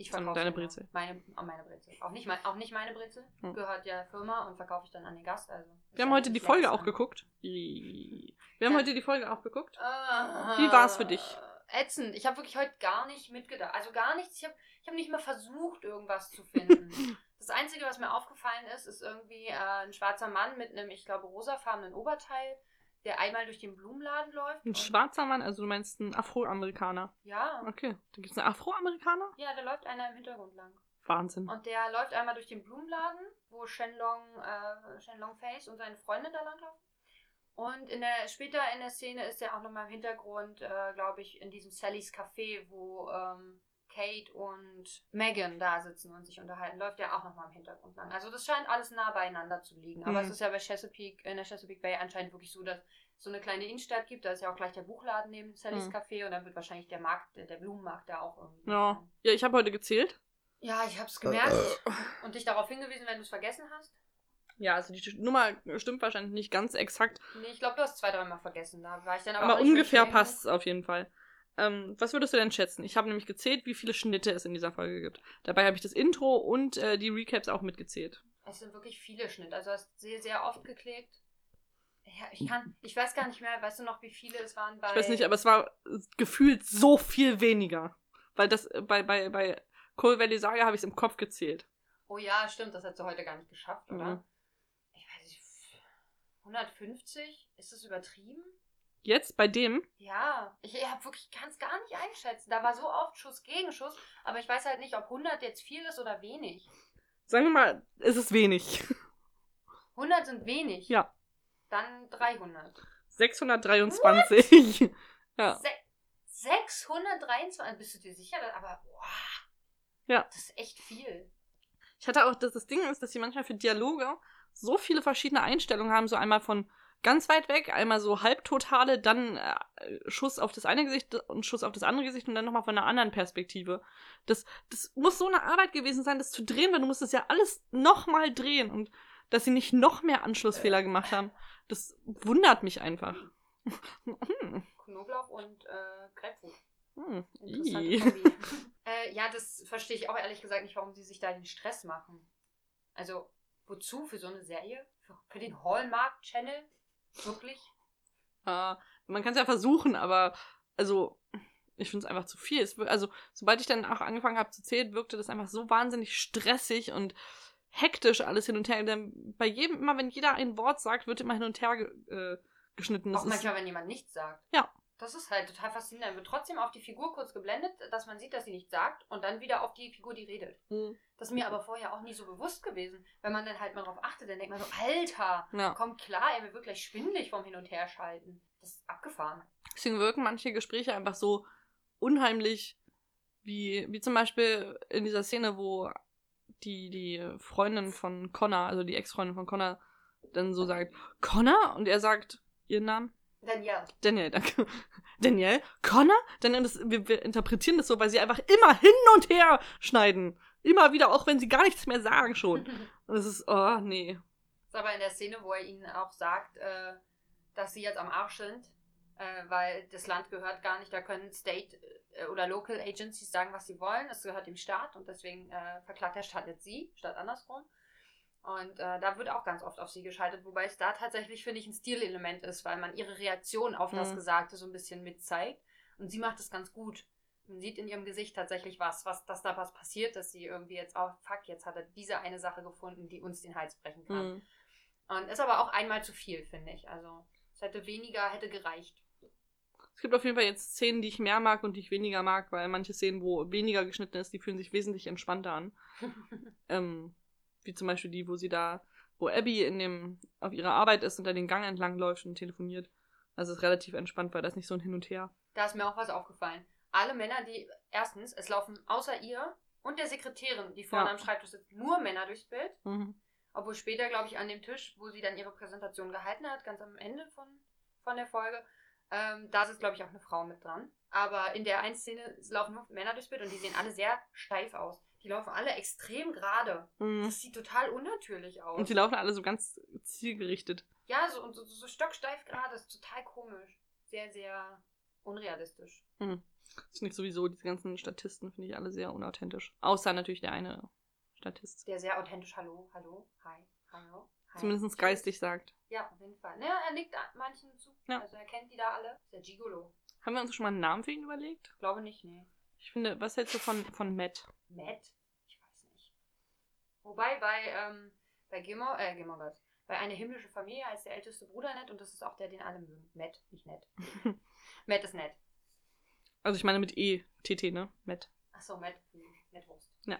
Speaker 2: Ich
Speaker 1: Sondern
Speaker 2: verkaufe
Speaker 1: deine
Speaker 2: immer.
Speaker 1: Brezel.
Speaker 2: Meine, auch meine Brezel. Auch nicht, mein, auch nicht meine Brezel.
Speaker 1: Hm.
Speaker 2: Gehört ja Firma und verkaufe ich dann an den Gast. Also
Speaker 1: Wir haben heute die Folge auch geguckt. Die- Wir haben
Speaker 2: Ja.
Speaker 1: heute die Folge auch geguckt.
Speaker 2: Ah.
Speaker 1: Wie war's für dich?
Speaker 2: ätzend. Ich habe wirklich heute gar nicht mitgedacht. Also gar nichts. Ich habe ich hab nicht mal versucht, irgendwas zu finden. das Einzige, was mir aufgefallen ist, ist irgendwie äh, ein schwarzer Mann mit einem, ich glaube, rosafarbenen Oberteil, der einmal durch den Blumenladen läuft.
Speaker 1: Ein
Speaker 2: und-
Speaker 1: schwarzer Mann, also du meinst einen Afroamerikaner.
Speaker 2: Ja.
Speaker 1: Okay, da gibt es einen Afroamerikaner?
Speaker 2: Ja, da läuft einer im Hintergrund lang.
Speaker 1: Wahnsinn.
Speaker 2: Und der läuft einmal durch den Blumenladen, wo Shenlong, äh, Shenlong Face und seine Freundin da langlaufen. Und in der, später in der Szene ist er auch nochmal im Hintergrund, äh, glaube ich, in diesem Sallys Café, wo ähm, Kate und Megan da sitzen und sich unterhalten. Läuft er auch nochmal im Hintergrund lang. Also das scheint alles nah beieinander zu liegen. Aber
Speaker 1: Mhm.
Speaker 2: es ist ja bei Chesapeake, in der Chesapeake Bay anscheinend wirklich so, dass es so eine kleine Innenstadt gibt. Da ist ja auch gleich der Buchladen neben Sallys
Speaker 1: Mhm.
Speaker 2: Café und dann wird wahrscheinlich der Markt, der Blumenmarkt da auch irgendwie
Speaker 1: Ja.
Speaker 2: sein.
Speaker 1: Ja, ich habe heute gezählt.
Speaker 2: Ja, ich hab's gemerkt und dich darauf hingewiesen, wenn du es vergessen hast.
Speaker 1: Ja, also die Nummer stimmt wahrscheinlich nicht ganz exakt,
Speaker 2: Nee, ich glaube, du hast zwei, dreimal vergessen. Da war ich dann aber,
Speaker 1: aber,
Speaker 2: auch nicht
Speaker 1: ungefähr
Speaker 2: wirklich
Speaker 1: passt es auf jeden Fall. Ähm, was würdest du denn schätzen? Ich habe nämlich gezählt, wie viele Schnitte es in dieser Folge gibt. Dabei habe ich das Intro und äh, die Recaps auch mitgezählt.
Speaker 2: Es sind wirklich viele Schnitte. Also, du hast sehr, sehr oft geklebt. Ja, ich kann, ich weiß gar nicht mehr, weißt du noch, wie viele es waren bei.
Speaker 1: Ich weiß nicht, aber es war äh, gefühlt so viel weniger. Weil das äh, bei, bei, bei Cold Valley Saga habe ich es im Kopf gezählt.
Speaker 2: Oh ja, stimmt, das hast du heute gar nicht geschafft, oder?
Speaker 1: Mhm.
Speaker 2: Ich weiß nicht. 150? Ist das übertrieben?
Speaker 1: Jetzt bei dem,
Speaker 2: Ja, ich hab wirklich, kann es gar nicht einschätzen. Da war so oft Schuss gegen Schuss, aber ich weiß halt nicht, ob 100 jetzt viel ist oder wenig.
Speaker 1: sagen wir mal, ist es wenig.
Speaker 2: 100 sind wenig.
Speaker 1: Ja.
Speaker 2: Dann 300.
Speaker 1: 623. Ja.
Speaker 2: Se 623, bist du dir sicher? Aber wow,
Speaker 1: Ja.
Speaker 2: das ist echt viel.
Speaker 1: Ich hatte auch, dass das Ding ist, dass sie manchmal für Dialoge so viele verschiedene Einstellungen haben, so einmal von ganz weit weg, einmal so halbtotale, dann äh, Schuss auf das eine Gesicht und Schuss auf das andere Gesicht und dann nochmal von einer anderen Perspektive. Das, das muss so eine Arbeit gewesen sein, das zu drehen, weil du musst das ja alles nochmal drehen und dass sie nicht noch mehr Anschlussfehler gemacht haben, das wundert mich einfach. Hm,
Speaker 2: Knoblauch und äh, Grapefruit.
Speaker 1: hm,
Speaker 2: Interessante
Speaker 1: ii.
Speaker 2: Kombi. äh, ja, das verstehe ich auch ehrlich gesagt nicht, warum sie sich da den Stress machen. Also, wozu für so eine Serie? Für, für den Hallmark-Channel? Wirklich?
Speaker 1: Äh, man kann es ja versuchen, aber also ich finde es einfach zu viel. Es, wir- also sobald ich dann auch angefangen habe zu zählen, wirkte das einfach so wahnsinnig stressig und hektisch alles hin und her. Denn bei jedem, immer wenn jeder ein Wort sagt, wird immer hin und her ge äh, geschnitten. Das
Speaker 2: auch
Speaker 1: ist,
Speaker 2: manchmal, wenn jemand nichts sagt.
Speaker 1: Ja.
Speaker 2: Das ist halt total faszinierend. Wird trotzdem auf die Figur kurz geblendet, dass man sieht, dass sie nichts sagt und dann wieder auf die Figur, die redet.
Speaker 1: Hm,
Speaker 2: Das ist mir aber vorher auch nie so bewusst gewesen. Wenn man dann halt mal drauf achtet, dann denkt man so, Alter,
Speaker 1: ja.
Speaker 2: kommt klar, er wird gleich schwindelig vom Hin- und Herschalten. Das ist abgefahren.
Speaker 1: Deswegen wirken manche Gespräche einfach so unheimlich, wie, wie zum Beispiel in dieser Szene, wo die, die Freundin von Connor, also die Ex-Freundin von Connor, dann so sagt, Connor? Und er sagt ihren Namen.
Speaker 2: Danielle.
Speaker 1: Daniel, danke. Daniel, Connor? Daniel, das, wir, wir interpretieren das so, weil sie einfach immer hin und her schneiden. Immer wieder, auch wenn sie gar nichts mehr sagen schon.
Speaker 2: ist
Speaker 1: Und es ist, oh, nee.
Speaker 2: aber in der Szene, wo er ihnen auch sagt, äh, dass sie jetzt am Arsch sind, äh, weil das Land gehört gar nicht, da können State äh, oder Local Agencies sagen, was sie wollen. Es gehört dem Staat und deswegen äh, verklagt der Staat jetzt sie, statt andersrum. Und äh, da wird auch ganz oft auf sie geschaltet, wobei es da tatsächlich, finde ich, ein Stilelement ist, weil man ihre Reaktion auf das
Speaker 1: Mhm.
Speaker 2: Gesagte so ein bisschen mitzeigt. Und sie macht es ganz gut. Man sieht in ihrem Gesicht tatsächlich was, was, dass da was passiert, dass sie irgendwie jetzt, oh fuck, jetzt hat er diese eine Sache gefunden, die uns den Hals brechen kann.
Speaker 1: Hm.
Speaker 2: Und ist aber auch einmal zu viel, finde ich. Also es hätte weniger, hätte gereicht.
Speaker 1: Es gibt auf jeden Fall jetzt Szenen, die ich mehr mag und die ich weniger mag, weil manche Szenen, wo weniger geschnitten ist, die fühlen sich wesentlich entspannter an. Ähm, wie zum Beispiel die, wo sie da, wo Abby in dem, auf ihrer Arbeit ist und da den Gang entlang läuft und telefoniert. Also es ist relativ entspannt, weil das nicht so ein Hin und Her.
Speaker 2: Da ist mir auch was aufgefallen. Alle Männer, die erstens, es laufen außer ihr und der Sekretärin, die vorne
Speaker 1: Ja.
Speaker 2: am Schreibtisch sitzt, nur Männer durchs Bild.
Speaker 1: Mhm.
Speaker 2: Obwohl später, glaube ich, an dem Tisch, wo sie dann ihre Präsentation gehalten hat, ganz am Ende von, von der Folge, ähm, da sitzt, glaube ich, auch eine Frau mit dran. Aber in der einen Szene laufen nur Männer durchs Bild und die sehen alle sehr steif aus. Die laufen alle extrem gerade.
Speaker 1: Mhm.
Speaker 2: Das sieht total unnatürlich aus.
Speaker 1: Und die laufen alle so ganz zielgerichtet.
Speaker 2: Ja, so, und so, so stocksteif gerade, ist total komisch. Sehr, sehr unrealistisch.
Speaker 1: Das finde ich sowieso, diese ganzen Statisten finde ich alle sehr unauthentisch. Außer natürlich der eine Statist.
Speaker 2: Der sehr authentisch Hallo, Hallo, Hi, Hallo. Hi.
Speaker 1: Zumindest geistig sagt.
Speaker 2: Ja, auf jeden Fall. Naja, er nickt an- manchen zu.
Speaker 1: Ja.
Speaker 2: Also er kennt die da alle. Ist der Gigolo.
Speaker 1: Haben wir uns schon mal einen Namen für ihn überlegt?
Speaker 2: Glaube nicht, nee.
Speaker 1: Ich finde, was hältst du von, von Matt?
Speaker 2: Matt? Ich weiß nicht. Wobei bei, ähm, bei Gilmore, äh, Gilmore Girls, bei Eine himmlische Familie heißt der älteste Bruder nett und das ist auch der, den alle mögen. Matt, nicht nett. Matt ist nett.
Speaker 1: Also ich meine mit E, TT, ne? Matt.
Speaker 2: Achso, Matt, hm, Mettwurst.
Speaker 1: Ja.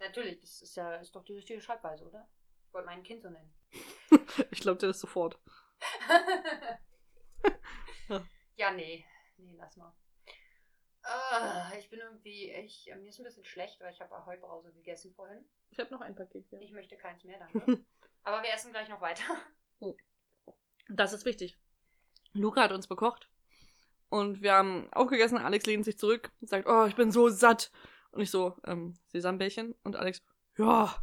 Speaker 2: Natürlich, das ist ja ist doch die richtige Schreibweise, oder? Ich wollte mein Kind so nennen.
Speaker 1: Ich glaube dir das sofort.
Speaker 2: ja. nee. Nee, lass mal. Ah, ich bin irgendwie, ich, mir ist ein bisschen schlecht, weil ich habe Heubrause gegessen vorhin.
Speaker 1: Ich habe noch ein Paket hier.
Speaker 2: Ich möchte keins mehr, danke. Aber wir essen gleich noch weiter.
Speaker 1: Das ist wichtig. Luca hat uns bekocht und wir haben aufgegessen. Alex lehnt sich zurück und sagt, oh, ich bin so satt. Und ich so, ähm, Sesambällchen. Und Alex, ja,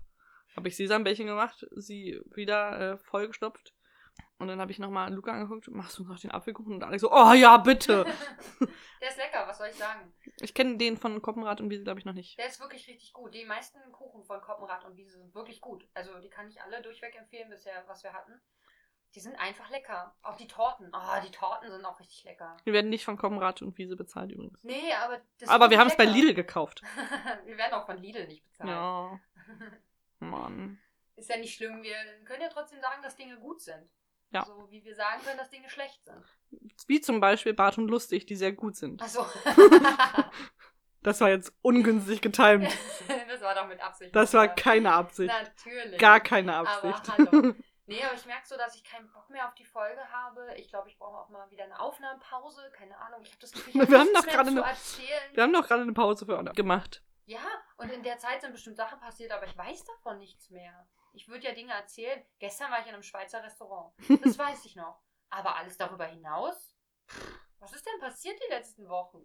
Speaker 1: habe ich Sesambällchen gemacht, sie wieder äh, vollgestopft. Und dann habe ich nochmal Luca angeguckt, machst du noch den Apfelkuchen? Und Alex so, oh ja, bitte.
Speaker 2: Der ist lecker, was soll ich sagen?
Speaker 1: ich kenne den von Koppenrad und Wiese, glaube ich, noch nicht.
Speaker 2: Der ist wirklich richtig gut. Die meisten Kuchen von Koppenrad und Wiese sind wirklich gut. Also die kann ich alle durchweg empfehlen bisher, was wir hatten. Die sind einfach lecker. Auch die Torten. Oh, die Torten sind auch richtig lecker.
Speaker 1: Wir werden nicht von Koppenrad und Wiese bezahlt übrigens.
Speaker 2: Nee, aber das
Speaker 1: Aber
Speaker 2: ist
Speaker 1: wir haben es bei
Speaker 2: lecker.
Speaker 1: Lidl gekauft.
Speaker 2: wir werden auch von Lidl nicht bezahlt.
Speaker 1: Ja. Mann.
Speaker 2: Ist ja nicht schlimm. Wir können ja trotzdem sagen, dass Dinge gut sind.
Speaker 1: Ja.
Speaker 2: So wie wir sagen können, dass Dinge schlecht sind.
Speaker 1: Wie zum Beispiel Bart und Lustig, die sehr gut sind.
Speaker 2: Achso.
Speaker 1: Das war jetzt ungünstig getimt.
Speaker 2: das war doch mit Absicht.
Speaker 1: Das war keine Absicht.
Speaker 2: Natürlich.
Speaker 1: Gar keine
Speaker 2: Aber
Speaker 1: Absicht.
Speaker 2: hallo. Nee, aber ich merke so, dass ich keinen Bock mehr auf die Folge habe. Ich glaube, ich brauche auch mal wieder eine Aufnahmepause. Keine Ahnung. Ich habe das Gefühl, ich hab
Speaker 1: Wir haben
Speaker 2: nichts
Speaker 1: doch
Speaker 2: mehr
Speaker 1: gerade
Speaker 2: zu
Speaker 1: eine-
Speaker 2: erzählen.
Speaker 1: Wir haben doch gerade eine Pause für Anna gemacht.
Speaker 2: Ja, und in der Zeit sind bestimmt Sachen passiert, aber ich weiß davon nichts mehr. Ich würde ja Dinge erzählen. Gestern war ich in einem Schweizer Restaurant. Das weiß ich noch. Aber alles darüber hinaus? Pff, Was ist denn passiert die letzten Wochen?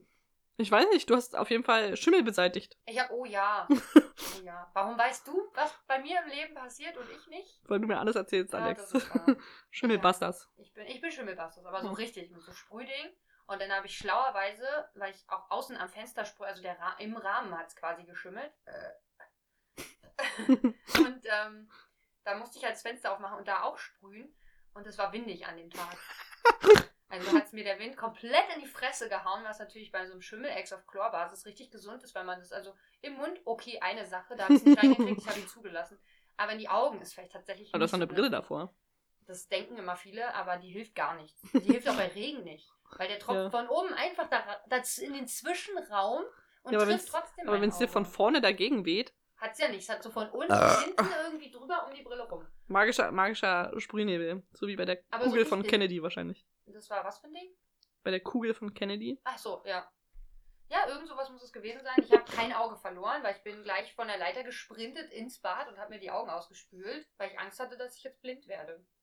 Speaker 1: Ich weiß nicht, du hast auf jeden Fall Schimmel beseitigt.
Speaker 2: Ich hab, oh ja. Oh ja. Warum weißt du, was bei mir im Leben passiert und ich nicht?
Speaker 1: Weil du mir alles erzählst,
Speaker 2: Ja,
Speaker 1: Alex.
Speaker 2: das ist wahr.
Speaker 1: Schimmelbusters.
Speaker 2: Ich bin, ich bin Schimmelbastos, aber so
Speaker 1: Hm.
Speaker 2: richtig, mit so Sprühding. Und dann habe ich schlauerweise, weil ich auch außen am Fenster sprühe, also der Ra im Rahmen hat es quasi geschimmelt. Äh. und ähm, da musste ich halt das Fenster aufmachen und da auch sprühen. Und es war windig an dem Tag. Also hat es mir der Wind komplett in die Fresse gehauen, was natürlich bei so einem Schimmel-Ex auf Chlorbasis richtig gesund ist, weil man das also im Mund, okay, eine Sache, da habe ich es nicht reingekriegt, ich habe ihn zugelassen. Aber in die Augen ist vielleicht tatsächlich.
Speaker 1: Aber du hast noch eine
Speaker 2: nicht so
Speaker 1: Brille davor.
Speaker 2: das denken immer viele, aber die hilft gar nichts. Die hilft auch bei Regen nicht. Weil der tropft
Speaker 1: Ja.
Speaker 2: von oben einfach da, das in den Zwischenraum und
Speaker 1: Ja, aber
Speaker 2: trifft
Speaker 1: wenn's-
Speaker 2: trotzdem
Speaker 1: Aber wenn es dir von vorne dagegen weht,
Speaker 2: Hat es ja nicht. Es hat so von unten, hinten irgendwie drüber um die Brille rum.
Speaker 1: magischer, magischer Sprühnebel. So wie bei der
Speaker 2: Aber so
Speaker 1: Kugel von
Speaker 2: richtig.
Speaker 1: Kennedy wahrscheinlich.
Speaker 2: Und Das war was für ein Ding?
Speaker 1: Bei der Kugel von Kennedy.
Speaker 2: Ach so, ja. Ja, irgend sowas muss es gewesen sein. Ich habe kein Auge verloren, weil ich bin gleich von der Leiter gesprintet ins Bad und habe mir die Augen ausgespült, weil ich Angst hatte, dass ich jetzt blind werde.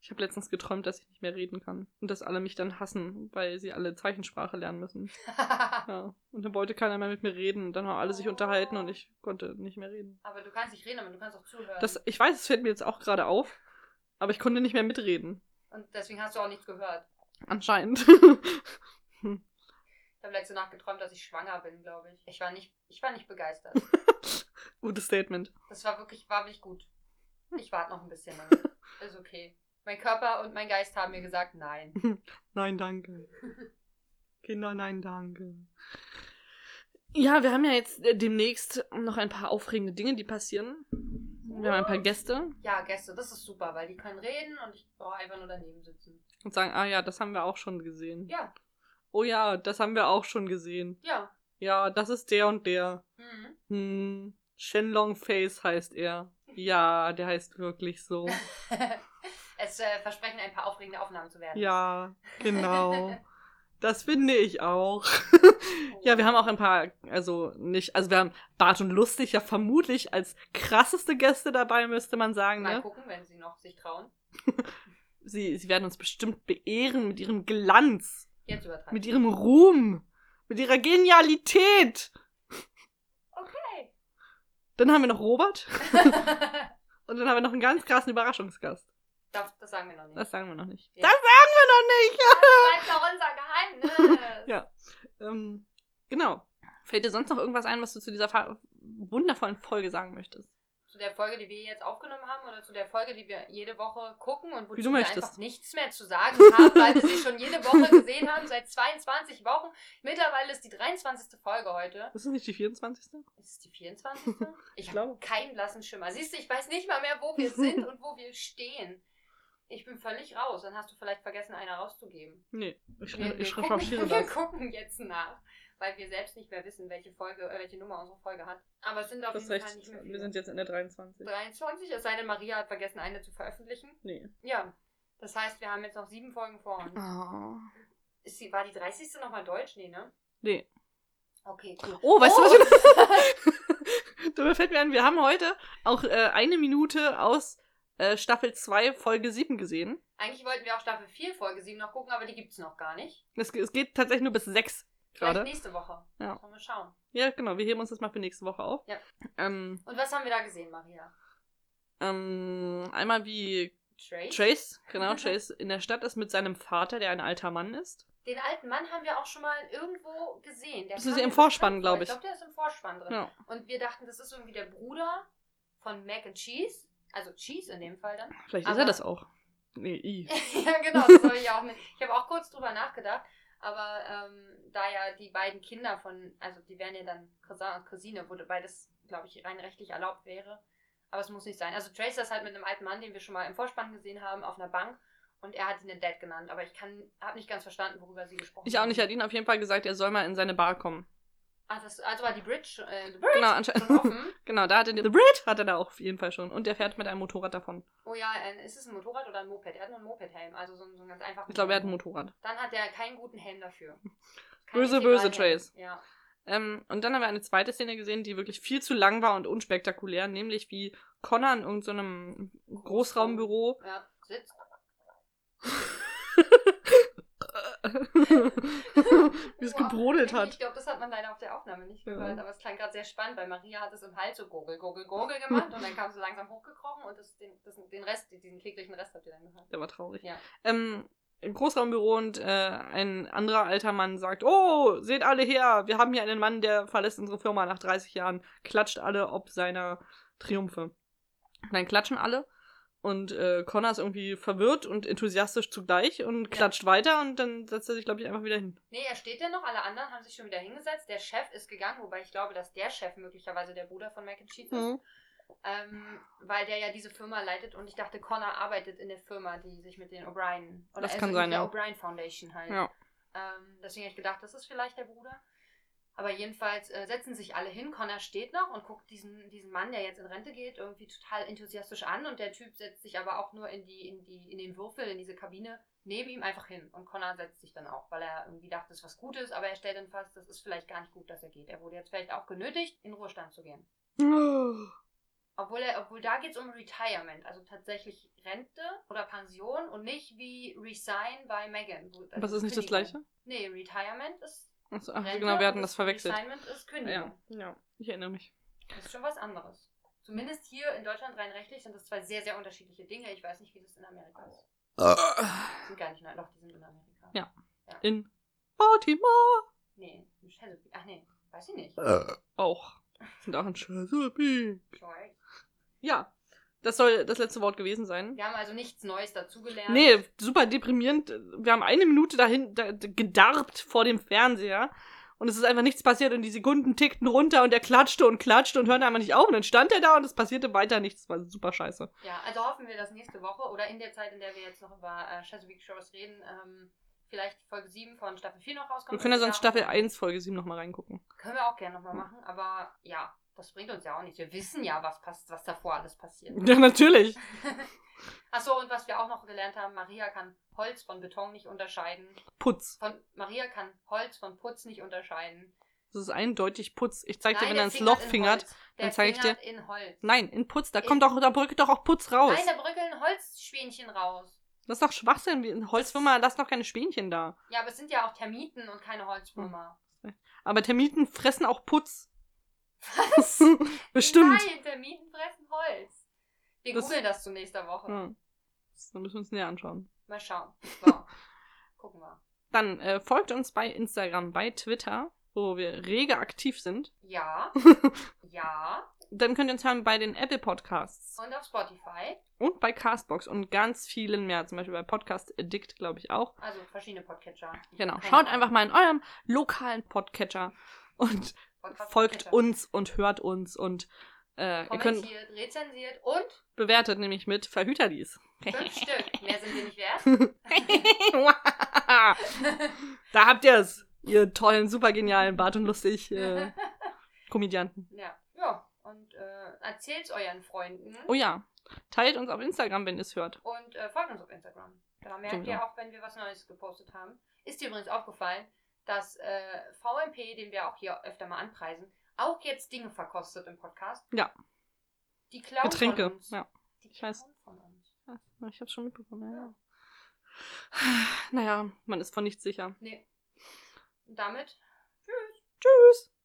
Speaker 1: Ich habe letztens geträumt, dass ich nicht mehr reden kann. Und dass alle mich dann hassen, weil sie alle Zeichensprache lernen müssen. Ja. Und dann wollte keiner mehr mit mir reden. Und dann haben alle sich
Speaker 2: Oh.
Speaker 1: unterhalten und ich konnte nicht mehr reden.
Speaker 2: aber du kannst nicht reden, aber du kannst auch zuhören.
Speaker 1: Das, ich weiß, es fällt mir jetzt auch gerade auf, aber ich konnte nicht mehr mitreden.
Speaker 2: und deswegen hast du auch nichts gehört.
Speaker 1: Anscheinend.
Speaker 2: Ich habe letzte Nacht geträumt, dass ich schwanger bin, glaube ich. Ich war nicht, ich war nicht begeistert.
Speaker 1: Gutes Statement.
Speaker 2: Das war wirklich, war wirklich gut. Ich warte noch ein bisschen. Damit. Ist okay. Mein Körper und mein Geist haben mir gesagt, nein.
Speaker 1: Nein, danke. Kinder, nein, danke. Ja, wir haben ja jetzt äh, demnächst noch ein paar aufregende Dinge, die passieren. Wir haben ein paar Gäste
Speaker 2: Ja, Gäste, das ist super, weil die können reden und ich brauche einfach nur daneben sitzen.
Speaker 1: und sagen, ah ja, das haben wir auch schon gesehen.
Speaker 2: Ja,
Speaker 1: Oh ja, das haben wir auch schon gesehen.
Speaker 2: ja.
Speaker 1: Ja, das ist der und der.
Speaker 2: Mhm.
Speaker 1: Hm, Shenlong Face heißt er. Ja, der heißt wirklich so.
Speaker 2: es äh, versprechen ein paar aufregende Aufnahmen zu werden.
Speaker 1: Ja, genau. Das finde ich auch.
Speaker 2: Oh.
Speaker 1: Ja, wir haben auch ein paar, also nicht, also wir haben Bart und Lustig ja vermutlich als krasseste Gäste dabei, müsste man sagen.
Speaker 2: Mal
Speaker 1: Ne?
Speaker 2: gucken, wenn sie noch sich trauen.
Speaker 1: Sie, sie werden uns bestimmt beehren mit ihrem Glanz,
Speaker 2: Jetzt übertreiben.
Speaker 1: mit ihrem Ruhm, mit ihrer Genialität.
Speaker 2: Okay.
Speaker 1: Dann haben wir noch Robert und dann haben wir noch einen ganz krassen Überraschungsgast.
Speaker 2: das, das sagen wir noch nicht.
Speaker 1: Das sagen wir noch nicht.
Speaker 2: Ja.
Speaker 1: Das sagen wir noch nicht!
Speaker 2: Das bleibt noch unser Geheimnis.
Speaker 1: Ja. Ähm, genau. Fällt dir sonst noch irgendwas ein, was du zu dieser fa- wundervollen Folge sagen möchtest?
Speaker 2: zu der Folge, die wir jetzt aufgenommen haben oder zu der Folge, die wir jede Woche gucken und
Speaker 1: Wie du
Speaker 2: wozu wir
Speaker 1: möchtest.
Speaker 2: einfach nichts mehr zu sagen haben, weil wir sie schon jede Woche gesehen haben, seit 22 Wochen. Mittlerweile ist die 23. Folge heute.
Speaker 1: Ist es nicht die 24.?
Speaker 2: Ist es die 24.? Ich habe
Speaker 1: glaube.
Speaker 2: keinen blassen Schimmer. Siehst du, ich weiß nicht mal mehr, wo wir sind und wo wir stehen. Ich bin völlig raus. Dann hast du vielleicht vergessen, eine rauszugeben.
Speaker 1: Nee, ich,
Speaker 2: Wir, wir,
Speaker 1: ich recherchiere
Speaker 2: gucken, wir
Speaker 1: das.
Speaker 2: gucken jetzt nach, weil wir selbst nicht mehr wissen, welche Folge, äh, welche Nummer unsere Folge hat. Aber es sind auf
Speaker 1: Du hast
Speaker 2: jeden Fall nicht
Speaker 1: recht,
Speaker 2: mehr
Speaker 1: wir
Speaker 2: viele.
Speaker 1: sind jetzt in der 23.
Speaker 2: 23, es sei denn, Maria hat vergessen, eine zu veröffentlichen.
Speaker 1: Nee.
Speaker 2: Ja, das heißt, wir haben jetzt noch sieben Folgen vor uns.
Speaker 1: Oh.
Speaker 2: Ist die, war die 30. nochmal Deutsch? Nee, ne?
Speaker 1: Nee.
Speaker 2: Okay, cool.
Speaker 1: Oh, weißt du
Speaker 2: Oh.
Speaker 1: was? da fällt mir an, wir haben heute auch äh, eine Minute aus äh, Staffel 2, Folge 7 gesehen.
Speaker 2: Eigentlich wollten wir auch Staffel 4, Folge 7 noch gucken, aber die gibt's noch gar nicht.
Speaker 1: Es, es geht tatsächlich nur bis 6
Speaker 2: Vielleicht
Speaker 1: gerade.
Speaker 2: nächste Woche.
Speaker 1: Ja.
Speaker 2: Sollen wir schauen.
Speaker 1: Ja, genau, wir heben uns das mal für nächste Woche auf.
Speaker 2: Ja.
Speaker 1: Ähm,
Speaker 2: Und was haben wir da gesehen, Maria?
Speaker 1: ähm, einmal wie
Speaker 2: Trace?
Speaker 1: Trace, genau, Trace in der Stadt ist mit seinem Vater, der ein alter Mann ist.
Speaker 2: Den alten Mann haben wir auch schon mal irgendwo gesehen. Der
Speaker 1: Das ist
Speaker 2: kam
Speaker 1: im
Speaker 2: mir
Speaker 1: Vorspann,
Speaker 2: bekannt vor.
Speaker 1: glaub ich.
Speaker 2: Ich glaube, der ist im Vorspann drin.
Speaker 1: Ja.
Speaker 2: Und wir dachten, das ist irgendwie der Bruder von Mac and Cheese. Also Cheese in dem Fall dann.
Speaker 1: Vielleicht ist
Speaker 2: Aber-
Speaker 1: er das auch. Nee, i.
Speaker 2: ja, genau, das habe ich auch nicht. Ich habe auch kurz drüber nachgedacht, aber ähm, da ja die beiden Kinder von, also die wären ja dann Cousin und Cousine, wo beides, glaube ich, rein rechtlich erlaubt wäre. Aber es muss nicht sein. Also Tracer ist halt mit einem alten Mann, den wir schon mal im Vorspann gesehen haben, auf einer Bank und er hat ihn den Dad genannt, aber ich kann, habe nicht ganz verstanden, worüber sie gesprochen
Speaker 1: Ich auch nicht, er hat ihn auf jeden Fall gesagt, er soll mal in seine Bar kommen.
Speaker 2: Ah, das, also war die Bridge, äh, the Bridge
Speaker 1: Genau,
Speaker 2: schon
Speaker 1: anscheinend.
Speaker 2: offen.
Speaker 1: genau, da hat er den The Brit hat er da auch auf jeden Fall schon. Und er fährt mit einem Motorrad davon.
Speaker 2: Oh ja, ein, ist es ein Motorrad oder ein Moped? Er hat nur einen Mopedhelm, also so, einen- so einen ganz einfachen.
Speaker 1: Ich glaube, er hat ein
Speaker 2: Helm.
Speaker 1: Motorrad.
Speaker 2: Dann hat er keinen guten Helm dafür.
Speaker 1: Böse,
Speaker 2: integralen
Speaker 1: böse
Speaker 2: Helm.
Speaker 1: Trace.
Speaker 2: Ja.
Speaker 1: Ähm, und dann haben wir eine zweite Szene gesehen, die wirklich viel zu lang war und unspektakulär, nämlich wie Connor in irgendeinem Großraumbüro
Speaker 2: Ja, sitzt.
Speaker 1: wie es
Speaker 2: Wow.
Speaker 1: gebrodelt
Speaker 2: Ich
Speaker 1: hat.
Speaker 2: glaube, das hat man leider auf der Aufnahme nicht
Speaker 1: Ja.
Speaker 2: gehört, aber es klang gerade sehr spannend, weil Maria hat es im Hals so gurgel, gurgel, gurgel gemacht und dann kam sie langsam hochgekrochen und das, den, das, den Rest, diesen kläglichen Rest habt ihr dann gehört.
Speaker 1: Der war traurig.
Speaker 2: Ja.
Speaker 1: Ähm, Im Großraumbüro und äh, ein anderer alter Mann sagt, oh, seht alle her, wir haben hier einen Mann, der verlässt unsere Firma nach 30 Jahren, klatscht alle ob seiner Triumphe. Und dann klatschen alle und äh, Connor ist irgendwie verwirrt und enthusiastisch zugleich und klatscht weiter und dann setzt er sich, glaube ich, einfach wieder hin.
Speaker 2: Nee, er steht ja noch, alle anderen haben sich schon wieder hingesetzt. Der Chef ist gegangen, wobei ich glaube, dass der Chef möglicherweise der Bruder von Mac and Cheese
Speaker 1: Mhm.
Speaker 2: ist, ähm, weil der ja diese Firma leitet und ich dachte, Connor arbeitet in der Firma, die sich mit den O'Brien, oder
Speaker 1: Das
Speaker 2: also
Speaker 1: kann
Speaker 2: mit
Speaker 1: sein,
Speaker 2: der
Speaker 1: ja.
Speaker 2: O'Brien Foundation halt.
Speaker 1: Ja.
Speaker 2: Ähm, deswegen habe ich gedacht, das ist vielleicht der Bruder. Aber jedenfalls äh, setzen sich alle hin. Connor steht noch und guckt diesen, diesen Mann, der jetzt in Rente geht, irgendwie total enthusiastisch an. Und der Typ setzt sich aber auch nur in, die, in, die, in den Würfel, in diese Kabine, neben ihm einfach hin. Und Connor setzt sich dann auch, weil er irgendwie dachte, es ist was Gutes. Aber er stellt dann fest, das ist vielleicht gar nicht gut, dass er geht. Er wurde jetzt vielleicht auch genötigt, in Ruhestand zu gehen. Obwohl, er, obwohl da geht es um Retirement, also tatsächlich Rente oder Pension und nicht wie Resign bei Megan. wo- also
Speaker 1: Was ist nicht das
Speaker 2: Kündigung.
Speaker 1: gleiche?
Speaker 2: Nee, Retirement ist.
Speaker 1: Achso, ach,
Speaker 2: Rente
Speaker 1: genau, wir hatten
Speaker 2: und
Speaker 1: das verwechselt.
Speaker 2: Retirement ist Kündigung.
Speaker 1: Ja, ja, ich erinnere mich.
Speaker 2: Das ist schon was anderes. Zumindest hier in Deutschland rein rechtlich sind das zwei sehr, sehr unterschiedliche Dinge. Ich weiß nicht, wie das in Amerika ist. Die sind gar nicht in Doch, die sind in Amerika.
Speaker 1: Ja. In Baltimore
Speaker 2: Nee, in Chesapeake. Ach nee, weiß ich nicht.
Speaker 1: auch. Sind auch in Chesapeake.
Speaker 2: Sorry.
Speaker 1: Ja, das soll das letzte Wort gewesen sein.
Speaker 2: Wir haben also nichts Neues dazugelernt.
Speaker 1: Nee, super deprimierend. Wir haben eine Minute dahin da, gedarbt vor dem Fernseher und es ist einfach nichts passiert und die Sekunden tickten runter und er klatschte und klatschte und hörte einfach nicht auf und dann stand er da und es passierte weiter nichts. Das war super scheiße.
Speaker 2: Ja, also hoffen wir, dass nächste Woche oder in der Zeit, in der wir jetzt noch über äh, Chesapeake Shores reden, ähm, vielleicht Folge 7 von Staffel 4 noch
Speaker 1: Wir
Speaker 2: rauskommt.
Speaker 1: können ja sonst
Speaker 2: Ja,
Speaker 1: Staffel 1, Folge 7 nochmal reingucken.
Speaker 2: Können wir auch gerne nochmal machen, aber ja, das bringt uns ja auch nichts. Wir wissen ja, was, pass was davor alles passiert.
Speaker 1: Ja, natürlich.
Speaker 2: Achso, und was wir auch noch gelernt haben, Maria kann Holz von Beton nicht unterscheiden.
Speaker 1: Putz.
Speaker 2: Von, Maria kann Holz von Putz nicht unterscheiden.
Speaker 1: Das ist eindeutig Putz. Ich zeig dir,
Speaker 2: Nein,
Speaker 1: wenn
Speaker 2: der
Speaker 1: er ins
Speaker 2: fingert
Speaker 1: Loch
Speaker 2: in
Speaker 1: fingert.
Speaker 2: Holz.
Speaker 1: dann
Speaker 2: Der
Speaker 1: zeig ich dir-
Speaker 2: fingert in Holz.
Speaker 1: Nein, in Putz. Da
Speaker 2: In-
Speaker 1: kommt doch, da brückt doch auch Putz raus.
Speaker 2: Nein, da bröckeln Holzschwänchen raus.
Speaker 1: Das ist doch Schwachsinn. wie In Holzwürmer lassen doch keine Spähnchen da.
Speaker 2: Ja, aber es sind ja auch Termiten und keine Holzwürmer.
Speaker 1: Aber Termiten fressen auch Putz. Was? Bestimmt.
Speaker 2: Nein, Termiten fressen Holz. Wir
Speaker 1: Das-
Speaker 2: googeln das zu nächster Woche.
Speaker 1: Ja. Dann müssen wir uns näher anschauen.
Speaker 2: Mal schauen. So. Gucken wir.
Speaker 1: Dann äh, folgt uns bei Instagram, bei Twitter, wo wir rege aktiv sind.
Speaker 2: Ja. ja.
Speaker 1: Dann könnt ihr uns hören bei den Apple Podcasts
Speaker 2: Und auf Spotify.
Speaker 1: und bei Castbox und ganz vielen mehr. Zum Beispiel bei Podcast Addict, glaube ich, auch.
Speaker 2: Also verschiedene Podcatcher.
Speaker 1: Genau.
Speaker 2: Keine
Speaker 1: Schaut
Speaker 2: Ahnung.
Speaker 1: einfach mal in eurem lokalen Podcatcher und
Speaker 2: Podcast-
Speaker 1: folgt
Speaker 2: Podcatcher.
Speaker 1: uns und hört uns und äh, ihr könnt
Speaker 2: Kommentiert, rezensiert und
Speaker 1: bewertet nämlich mit Verhüterlies.
Speaker 2: fünf Stück. Mehr sind wir nicht wert.
Speaker 1: da habt ihr es, ihr tollen, super genialen Bart und lustig äh, Komödianten.
Speaker 2: ja. ja. Und äh, erzählt euren Freunden
Speaker 1: Oh ja, teilt uns auf Instagram, wenn ihr es hört.
Speaker 2: und äh, folgt uns auf Instagram. Da merkt
Speaker 1: Genau.
Speaker 2: ihr auch, wenn wir was Neues gepostet haben. Ist dir übrigens aufgefallen, dass äh, VMP, den wir auch hier öfter mal anpreisen, auch jetzt Dinge verkostet im Podcast.
Speaker 1: Ja.
Speaker 2: Die klauen von
Speaker 1: Getränke.
Speaker 2: uns.
Speaker 1: Ja,
Speaker 2: Die
Speaker 1: ich weiß.
Speaker 2: klauen von uns.
Speaker 1: Ja, ich hab's schon mitbekommen. Ja. ja. Naja, man ist von nichts sicher.
Speaker 2: Nee. Und damit
Speaker 1: Tschüss!